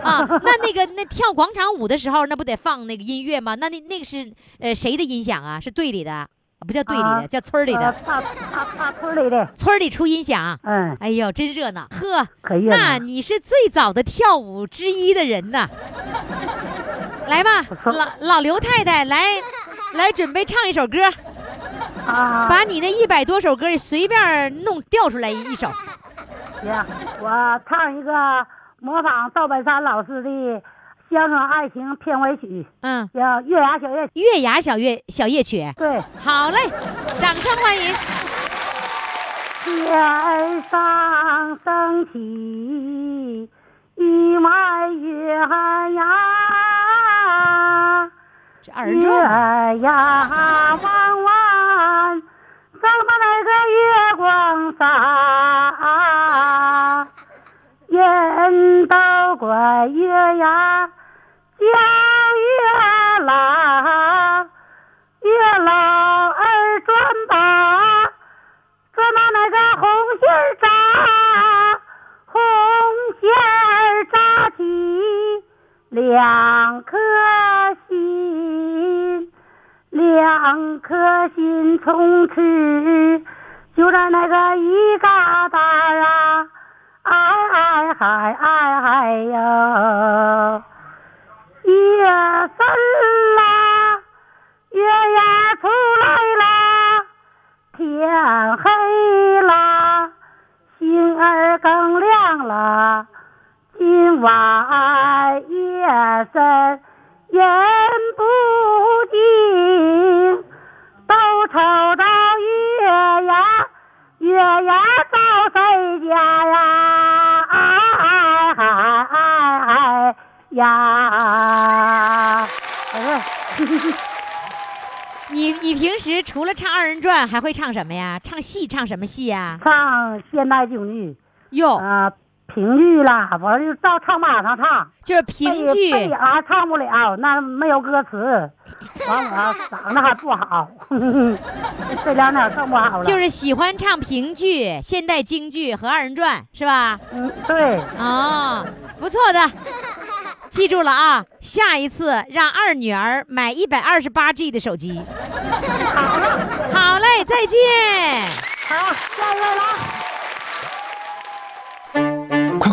Speaker 1: 啊。那那个那跳广场舞的时候，那不得放那个音乐吗？那那那个是呃谁的音响啊？是队里的，啊不叫队里的，
Speaker 3: 啊
Speaker 1: 叫村儿里的。
Speaker 3: 呃大大大村里的，
Speaker 1: 村儿里出音响，
Speaker 3: 嗯，
Speaker 1: 哎呦，真热闹！呵，
Speaker 3: 可热
Speaker 1: 那
Speaker 3: 闹。
Speaker 1: 你是最早的跳舞之一的人呐。来吧，
Speaker 3: 错
Speaker 1: 老老刘太太， 来来准备唱一首歌，
Speaker 3: 啊，
Speaker 1: 把你那一百多首歌随便弄调出来一首。
Speaker 3: 行，我唱一个模仿赵本山老师的《乡村爱情片尾曲
Speaker 1: 嗯，》，
Speaker 3: 叫《月牙小夜曲》。
Speaker 1: 月牙小夜小夜曲，
Speaker 3: 对。
Speaker 1: 好嘞，掌声欢迎。
Speaker 3: 天上升起一弯月牙，
Speaker 1: 这二人
Speaker 3: 月
Speaker 1: 转啊，
Speaker 3: 牙弯弯，怎么那个月光洒？人都怪月牙叫月老，月老儿转吧。转到那个红线儿扎，红线儿扎起两颗心，两颗心从此就在那个一疙瘩啊，哎哎嗨哎嗨哟，夜深啦，月牙出来啦。天黑啦，星儿更亮啦，今晚夜深人不静，都瞅着月牙，月牙照谁家呀？哎哎哎哎哎呀！哎呀，
Speaker 1: 你你平时除了唱二人转，还会唱什么呀？唱戏，唱什么戏呀？
Speaker 3: 唱现代京剧。
Speaker 1: 哟，
Speaker 3: 啊，评剧啦，我就照唱吧上唱，
Speaker 1: 就是评剧
Speaker 3: 背背啊唱不了，那没有歌词，完我啊嗓子还不好， 这两点更不好了。
Speaker 1: 就是喜欢唱评剧、现代京剧和二人转，是吧？
Speaker 3: 嗯，对，
Speaker 1: 哦，不错的，记住了啊！下一次让二女儿买一百二十八 G 的手 机。好嘞，再见。
Speaker 3: 好，下一位了。
Speaker 2: 快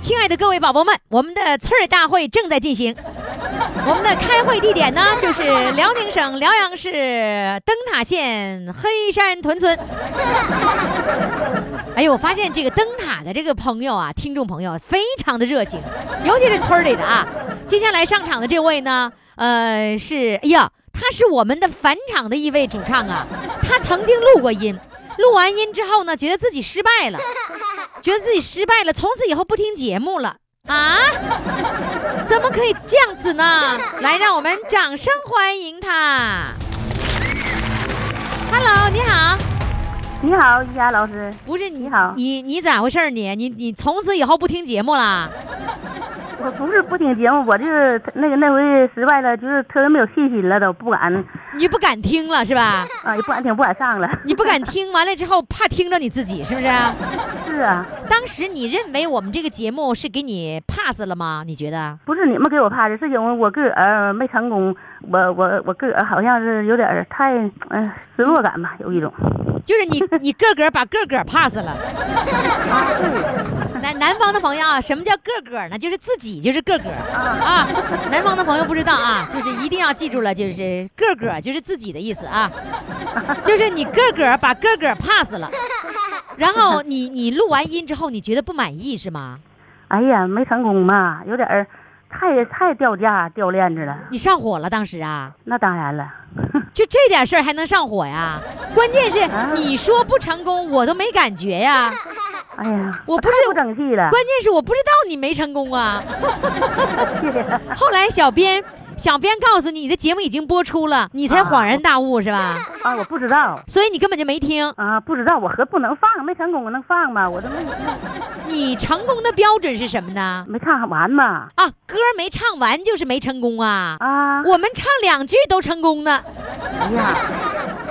Speaker 1: 亲爱的各位宝宝们，我们的村儿大会正在进行。我们的开会地点呢，就是辽宁省辽阳市灯塔县黑山屯村。哎呦，我发现这个灯塔的这个朋友啊，听众朋友非常的热情，尤其是村儿里的啊。接下来上场的这位呢，呃，是哎呀，他是我们的返场的一位主唱啊，他曾经录过音，录完音之后呢，觉得自己失败了。觉得自己失败了，从此以后不听节目了啊？怎么可以这样子呢？来，让我们掌声欢迎他。Hello，你好，
Speaker 3: 你好，一霞老师，
Speaker 1: 不是你
Speaker 3: 你好
Speaker 1: 你你咋回事儿？你你你从此以后不听节目啦？
Speaker 3: 我不是不听节目，我就是那个那回失败了，就是特别没有信心了，都不敢
Speaker 1: 你不敢听了是吧？
Speaker 3: 啊，也不敢听，不敢上了。
Speaker 1: 你不敢听，完了之后怕听着你自己是不是？
Speaker 3: 是啊，
Speaker 1: 当时你认为我们这个节目是给你 pass 了吗？你觉得？
Speaker 3: 不是你们给我怕的，是因为我自个儿没成功，我我我自个儿好像是有点儿太嗯、呃失落感吧，有一种。
Speaker 1: 就是你你个个把个个 pass 了。南南方的朋友啊，什么叫个个呢？就是自己就是个个啊。南方的朋友不知道啊，就是一定要记住了，就是个个就是自己的意思啊，就是你个个把个个 pass 了。然后你你录完音之后，你觉得不满意是吗？
Speaker 3: 哎呀，没成功嘛，有点儿太太掉价掉链子了。
Speaker 1: 你上火了当时啊？
Speaker 3: 那当然了，
Speaker 1: 就这点事儿还能上火呀？关键是你说不成功，我都没感觉呀。
Speaker 3: 哎呀，
Speaker 1: 我不
Speaker 3: 太
Speaker 1: 是
Speaker 3: 不争气了。
Speaker 1: 关键是我不知道你没成功啊。后来小编小编告诉你，你的节目已经播出了，你才恍然大悟是吧？
Speaker 3: 啊，我不知道
Speaker 1: 所以你根本就没听。
Speaker 3: 啊，不知道我合不能放，没成功我能放吗？我都没
Speaker 1: 你成功的标准是什么呢？
Speaker 3: 没唱完嘛
Speaker 1: 啊，歌没唱完就是没成功啊。
Speaker 3: 啊。
Speaker 1: 我们唱两句都成功呢，
Speaker 3: 哎呀，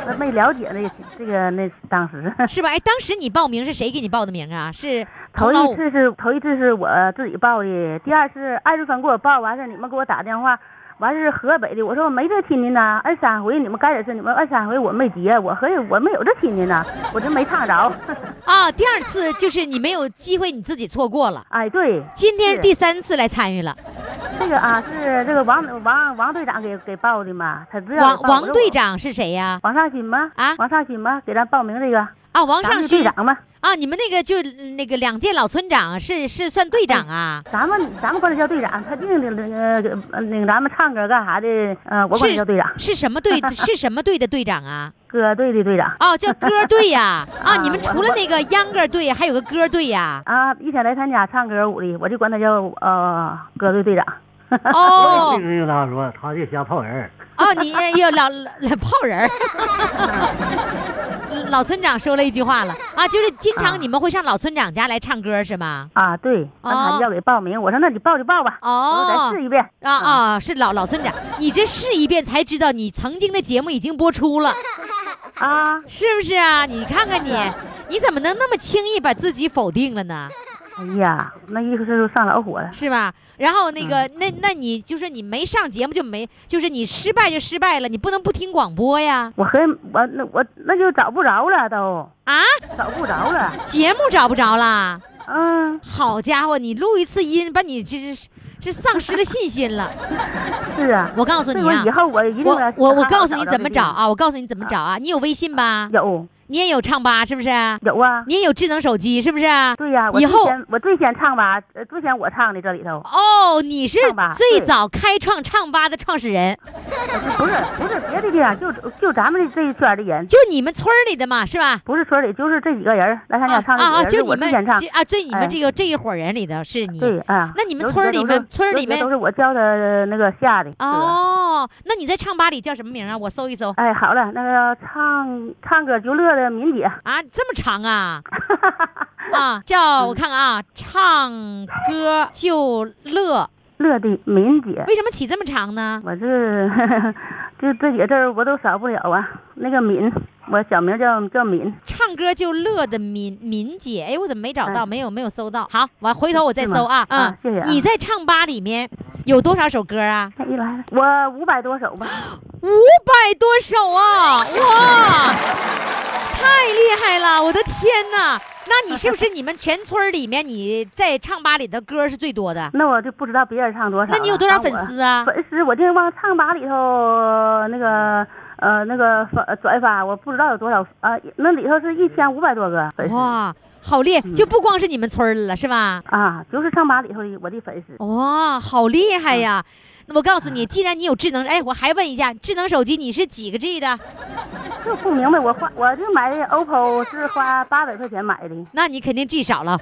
Speaker 3: 那没了解那个这个那当时
Speaker 1: 是吧？哎，当时你报名是谁给你报的名啊？是
Speaker 3: 头
Speaker 1: 童老
Speaker 3: 一
Speaker 1: 五
Speaker 3: 次是头一次是我自己报的，第二次二月份给我报，完事儿你们给我打电话，完事儿河北的，我说我没这亲戚呢，二三回你们该点事，你们二三回我没接，我合计我没有这亲戚呢，我就没唱着。
Speaker 1: 啊，第二次就是你没有机会，你自己错过了。
Speaker 3: 哎，对，
Speaker 1: 今天是
Speaker 3: 是
Speaker 1: 第三次来参与了，
Speaker 3: 这个啊是这个王王王队长给给报的嘛，他知道
Speaker 1: 王
Speaker 3: 我啊报我
Speaker 1: 王
Speaker 3: 说
Speaker 1: 队
Speaker 3: 我
Speaker 1: 长是谁呀、
Speaker 3: 王尚新吗？
Speaker 1: 啊
Speaker 3: 王尚新吗？给咱报名这个，
Speaker 1: 啊，王
Speaker 3: 咱
Speaker 1: 尚
Speaker 3: 们
Speaker 1: 勋
Speaker 3: 队长嘛，
Speaker 1: 啊，你们那个就那个两届老村长是是算队长啊？
Speaker 3: 咱们咱们管他叫队长，他净那个呃那个咱们唱歌干啥的，呃，我管他叫队长，
Speaker 1: 是什么 队？是什么队的队长啊？
Speaker 3: 歌队的队长
Speaker 1: 哦，叫歌队 呀、啊！
Speaker 3: 啊
Speaker 1: 你们除了那个秧歌队，还有个歌队 呀、
Speaker 3: 啊，一天来参加唱歌舞的，我就管他叫呃歌队队长。
Speaker 1: 哦
Speaker 4: 不知道说他就瞎泡人儿。
Speaker 1: 哦，你哎呦老老泡人 儿。老村长说了一句话了啊，就是经常你们会上老村长家来唱歌是吗？
Speaker 3: 啊，对，刚
Speaker 1: 哦
Speaker 3: 才要给报名，我说那你报就报吧，我说
Speaker 1: 哦
Speaker 3: 咱试一遍。
Speaker 1: 啊啊，是老老村长，你这试一遍才知道你曾经的节目已经播出了。
Speaker 3: 啊
Speaker 1: 是不是啊？你看看你，你怎么能那么轻易把自己否定了呢？
Speaker 3: 哎呀，那意思是上老火了。
Speaker 1: 是吧？然后那个，那那你就是你没上节目就没，就是你失败就失败了，你不能不听广播呀！
Speaker 3: 我和我那我那就找不着了都，
Speaker 1: 啊，
Speaker 3: 找不着了。
Speaker 1: 节目找不着啦！
Speaker 3: 嗯，
Speaker 1: 好家伙，你录一次音，把你这是这丧失了信心了。
Speaker 3: 是啊。
Speaker 1: 我告诉
Speaker 3: 这
Speaker 1: 你
Speaker 3: 回
Speaker 1: 啊
Speaker 3: 以，后我一定要
Speaker 1: 我我我
Speaker 3: 好好
Speaker 1: 告诉你怎么
Speaker 3: 这地
Speaker 1: 找啊
Speaker 3: 方。
Speaker 1: 啊！我告诉你怎么找啊！你有微信吧？
Speaker 3: 有
Speaker 1: 你也有唱吧，是不是？
Speaker 3: 有啊，
Speaker 1: 你也有智能手机，是不是？
Speaker 3: 对呀、我
Speaker 1: 以
Speaker 3: 最
Speaker 1: 后
Speaker 3: 先我最先唱吧，呃，最先我唱的这里头，
Speaker 1: 哦，你是
Speaker 3: 唱吧
Speaker 1: 最
Speaker 3: 对
Speaker 1: 早开创唱吧的创始人，
Speaker 3: 不是不是别的地方，就就咱们这一圈的人，
Speaker 1: 就你们村儿里的嘛，是吧？
Speaker 3: 不是村里，就是这几个人，来咱
Speaker 1: 啊
Speaker 3: 俩唱这
Speaker 1: 啊
Speaker 3: 几个
Speaker 1: 啊！
Speaker 3: 人，是
Speaker 1: 就
Speaker 3: 我
Speaker 1: 你们
Speaker 3: 最先唱。
Speaker 1: 就啊，就你们
Speaker 3: 哎
Speaker 1: 这个这一伙人里的是你。
Speaker 3: 对啊，
Speaker 1: 那你们
Speaker 3: 有几
Speaker 1: 村
Speaker 3: 个
Speaker 1: 里
Speaker 3: 都是
Speaker 1: 面村
Speaker 3: 有
Speaker 1: 里
Speaker 3: 几个
Speaker 1: 面
Speaker 3: 都是我叫的那个下的。是吧
Speaker 1: 哦，那你在唱吧里叫什么名啊？我搜一搜
Speaker 3: 哎，好了，那个唱唱歌就乐的民姐，
Speaker 1: 啊，这么长 啊啊，叫
Speaker 3: 嗯
Speaker 1: 我看看啊，唱歌就乐，
Speaker 3: 乐的民姐，
Speaker 1: 为什么起这么长呢？
Speaker 3: 我这 就这几个字儿我都少不了啊。那个敏，我小名叫叫敏，
Speaker 1: 唱歌就乐的民民姐，哎，我怎么没找到？
Speaker 3: 哎
Speaker 1: 没有没有搜到。好，我回头我再
Speaker 3: 是吗
Speaker 1: 搜啊。
Speaker 3: 啊
Speaker 1: 嗯
Speaker 3: 谢谢啊
Speaker 1: 你在唱吧里面有多少首歌啊？
Speaker 3: 那一来我五百 多首吧，
Speaker 1: 五百多首啊！哇，太厉害了！我的天哪！那你是不是你们全村儿里面你在唱吧里的歌是最多的？
Speaker 3: 那我就不知道别人唱多少了。
Speaker 1: 那你有多少
Speaker 3: 反
Speaker 1: 粉
Speaker 3: 正我
Speaker 1: 丝啊？
Speaker 3: 粉丝，我就往唱吧里头呃那个呃那个发转发，我不知道有多少啊、那里头是一千五百多个粉丝嗯
Speaker 1: 哇，好厉害！就不光是你们村儿了，是吧？
Speaker 3: 啊，就是唱吧里头的我的粉丝。
Speaker 1: 哇，好厉害呀！那我告诉
Speaker 3: 啊
Speaker 1: 你，既然你有智能，哎，我还问一下，智能手机你是几个 G 的？
Speaker 3: 就不明白，我花我就买的 OPPO 是花八百块钱买的，
Speaker 1: 那你肯定 G 少 了。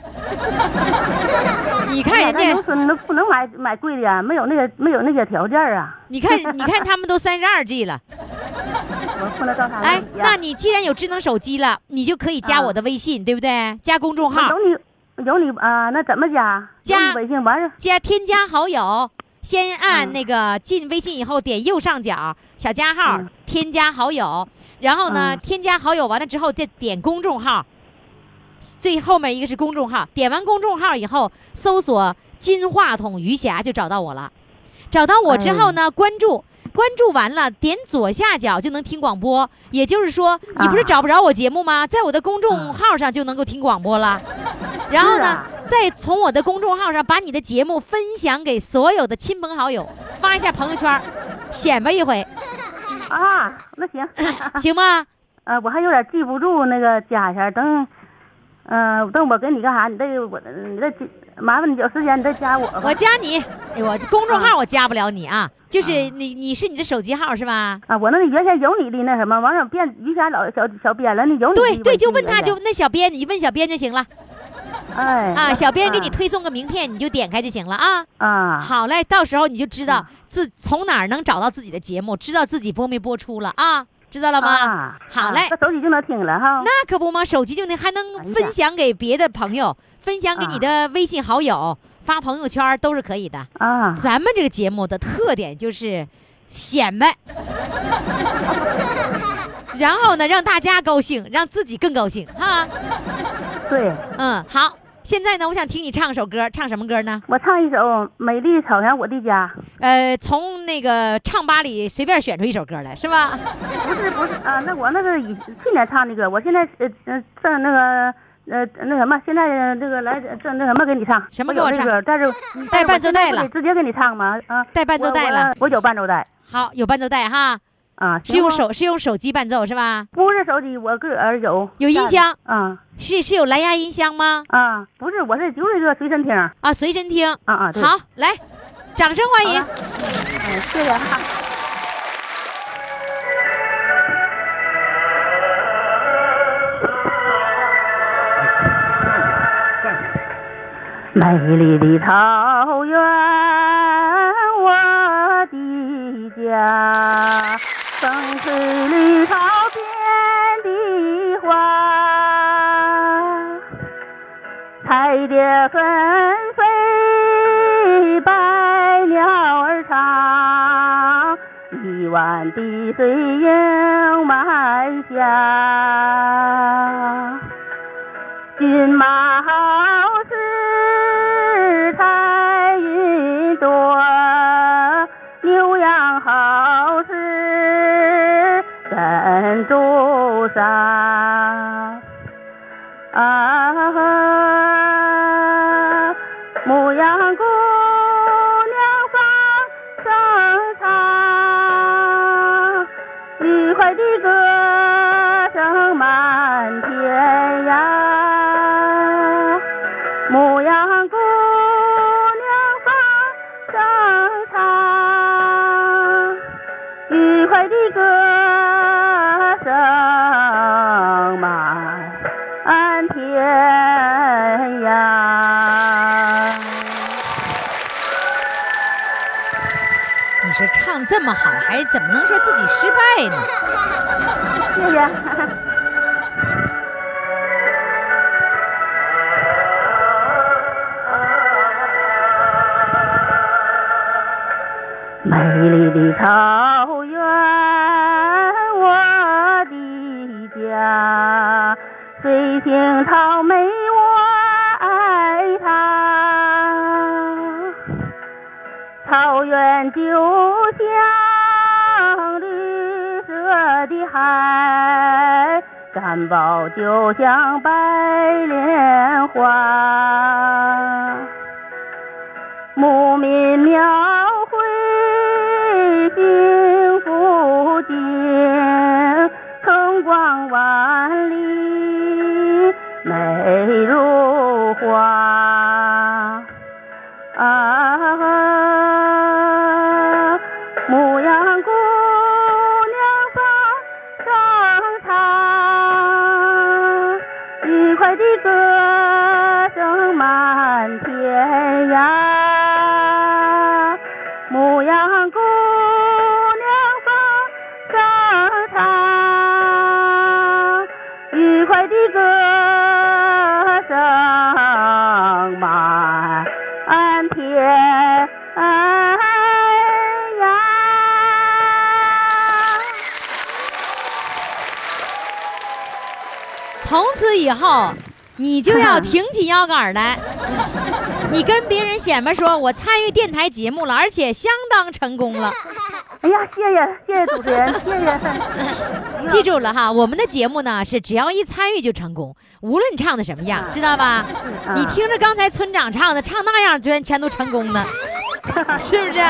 Speaker 1: 你看人
Speaker 3: 那
Speaker 1: 家
Speaker 3: 农，村都不能买买贵的呀，没有那个没有那些条件啊，
Speaker 1: 你看，你看他们都三十二 G 了。
Speaker 3: 我不能照他
Speaker 1: 哎
Speaker 3: 们，一
Speaker 1: 那
Speaker 3: 样。
Speaker 1: 你既然有智能手机了，你就可以加
Speaker 3: 啊
Speaker 1: 我的微信，对不对？加公众号，
Speaker 3: 有你有你啊、那怎么加？
Speaker 1: 加
Speaker 3: 有你微信完事儿
Speaker 1: 加添加好友，先按
Speaker 3: 嗯
Speaker 1: 那个进微信以后点右上角小加号、
Speaker 3: 嗯
Speaker 1: 添加好友，然后呢、
Speaker 3: 嗯
Speaker 1: 添加好友完了之后再点公众号，最后面一个是公众号，点完公众号以后搜索“金话筒余霞”就找到我了。找到我之后呢，
Speaker 3: 嗯
Speaker 1: 关注。关注完了，点左下角就能听广播。也就是说，你不是
Speaker 3: 啊
Speaker 1: 找不着我节目吗？在我的公众号上就能够听广播了。然后
Speaker 3: 是
Speaker 1: 呢
Speaker 3: 啊，
Speaker 1: 再从我的公众号上把你的节目分享给所有的亲朋好友，发一下朋友圈儿，显摆一回，
Speaker 3: 啊，那 行，
Speaker 1: 行吗？
Speaker 3: 啊，我还有点记不住那个加一下，等，嗯、等我给你干啥？你再我你再记麻烦你有时间你再加我吧。
Speaker 1: 我加你，哎
Speaker 3: 啊
Speaker 1: 我公众号我加不了你啊，就是你你是你的手机号是吧？
Speaker 3: 啊，我那原先有你的那什么，完了变余霞老小小编了，你有你的
Speaker 1: 对对，
Speaker 3: 微
Speaker 1: 就
Speaker 3: 信
Speaker 1: 问他
Speaker 3: 了
Speaker 1: 就那小编，你问小编就行了
Speaker 3: 哎
Speaker 1: 啊，小编给你
Speaker 3: 啊
Speaker 1: 推送个名片，你就点开就行了啊。
Speaker 3: 啊嗯
Speaker 1: 好嘞，到时候你就知道自从哪儿能找到自己的节目，知道自己播没播出了啊，知道了吗？
Speaker 3: 啊，
Speaker 1: 好嘞
Speaker 3: 啊那手机就能听了哈。
Speaker 1: 那可不嘛，手机就能还
Speaker 3: 哎
Speaker 1: 能
Speaker 3: 呀
Speaker 1: 分享给别的朋友，分享给你的微信好友，发朋友圈儿都是可以的。
Speaker 3: 啊，
Speaker 1: 咱们这个节目的特点就是显 摆，然后呢，让大家高兴，让自己更高兴哈。
Speaker 3: 对，
Speaker 1: 嗯，好，现在呢，我想听你唱首歌，唱什么歌呢？
Speaker 3: 我唱一首《美丽草原我的家
Speaker 1: 呃，从那个唱吧里随便选出一首歌来，是吧？》，
Speaker 3: 不是不是啊，那我那是以去年唱的歌，我现在呃呃正那个呃那什么，现在呃这个来正那什么给你唱，
Speaker 1: 什么给
Speaker 3: 有
Speaker 1: 我
Speaker 3: 这
Speaker 1: 唱
Speaker 3: 歌，但是
Speaker 1: 带伴奏带
Speaker 3: 我
Speaker 1: 了
Speaker 3: 得，直接给你唱吗？啊，
Speaker 1: 带伴奏
Speaker 3: 我
Speaker 1: 带了。
Speaker 3: 我，我有伴奏带
Speaker 1: 好，有伴奏带哈，
Speaker 3: 啊，
Speaker 1: 是用
Speaker 3: 行吗
Speaker 1: 手是用手机伴奏是吧？
Speaker 3: 不是手机，我个人有
Speaker 1: 有音箱
Speaker 3: 啊
Speaker 1: 是是有蓝牙音箱吗？
Speaker 3: 啊，不是，我是就是一个随身听啊
Speaker 1: 啊，随身听。
Speaker 3: 啊，对，
Speaker 1: 好，来，掌声欢迎
Speaker 3: 好。嗯谢谢哈。美丽的草原，我的家，风吹绿草遍地花，彩蝶纷飞，百鸟儿唱，一湾的水映晚霞。骏马好似彩云朵，牛羊好似珍珠沙。啊，牧羊姑娘放声唱，愉快的歌声满
Speaker 1: 是唱这么好，还怎么能说自己失败呢？
Speaker 3: 谢谢。美丽的草原，我的家，水性草莓我爱它，草原就像绿色的海，甘宝就像白莲花。牧民描绘幸福景，风光万里美如画。啊，牧羊姑娘放声唱，愉快的歌声满天涯。牧羊姑娘放声唱，愉快的歌声满天涯。
Speaker 1: 从此以后，你就要挺起腰杆儿来。你跟别人显摆说，我参与电台节目了，而且相当成功了。
Speaker 3: 哎呀，谢谢谢谢主持人，谢谢。
Speaker 1: 记住了哈，我们的节目呢是只要一参与就成功，无论你唱的什么样，知道吧？你听着刚才村长唱的，唱那样居然全都成功的，是不是？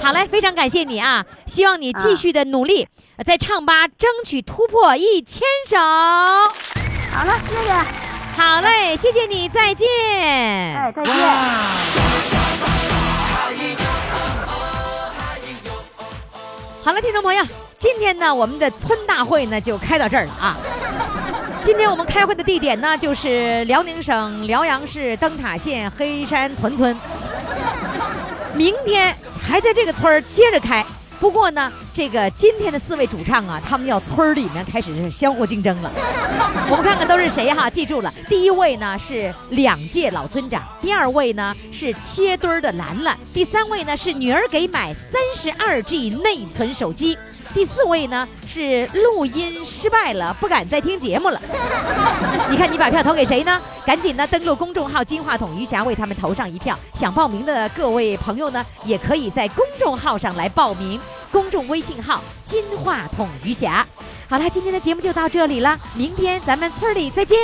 Speaker 1: 好嘞，非常感谢你啊！希望你继续的努力，在唱吧争取突破一千首。
Speaker 3: 好了，谢谢，
Speaker 1: 好嘞，谢谢你，再见。
Speaker 3: 哎，再见。
Speaker 1: 好了，听众朋友，今天呢，我们的村大会呢就开到这儿了啊。今天我们开会的地点呢，就是辽宁省辽阳市灯塔县黑山屯村。明天还在这个村儿接着开，不过呢，这个今天的四位主唱啊，他们要村儿里面开始是相互竞争了。 我们看看都是谁哈，记住了，第一位呢是两届老村长，第二位呢是切墩儿的兰兰，第三位呢是女儿给买三十二 G 内存手机，第四位呢是录音失败了，不敢再听节目了。 你看你把票投给谁呢？赶紧呢登录公众号“金话筒余霞”，为他们投上一票。想报名的各位朋友呢，也可以在公众号上来报名，公众微信号“金话筒余霞”。好啦，今天的节目就到这里啦，明天咱们村儿里再见。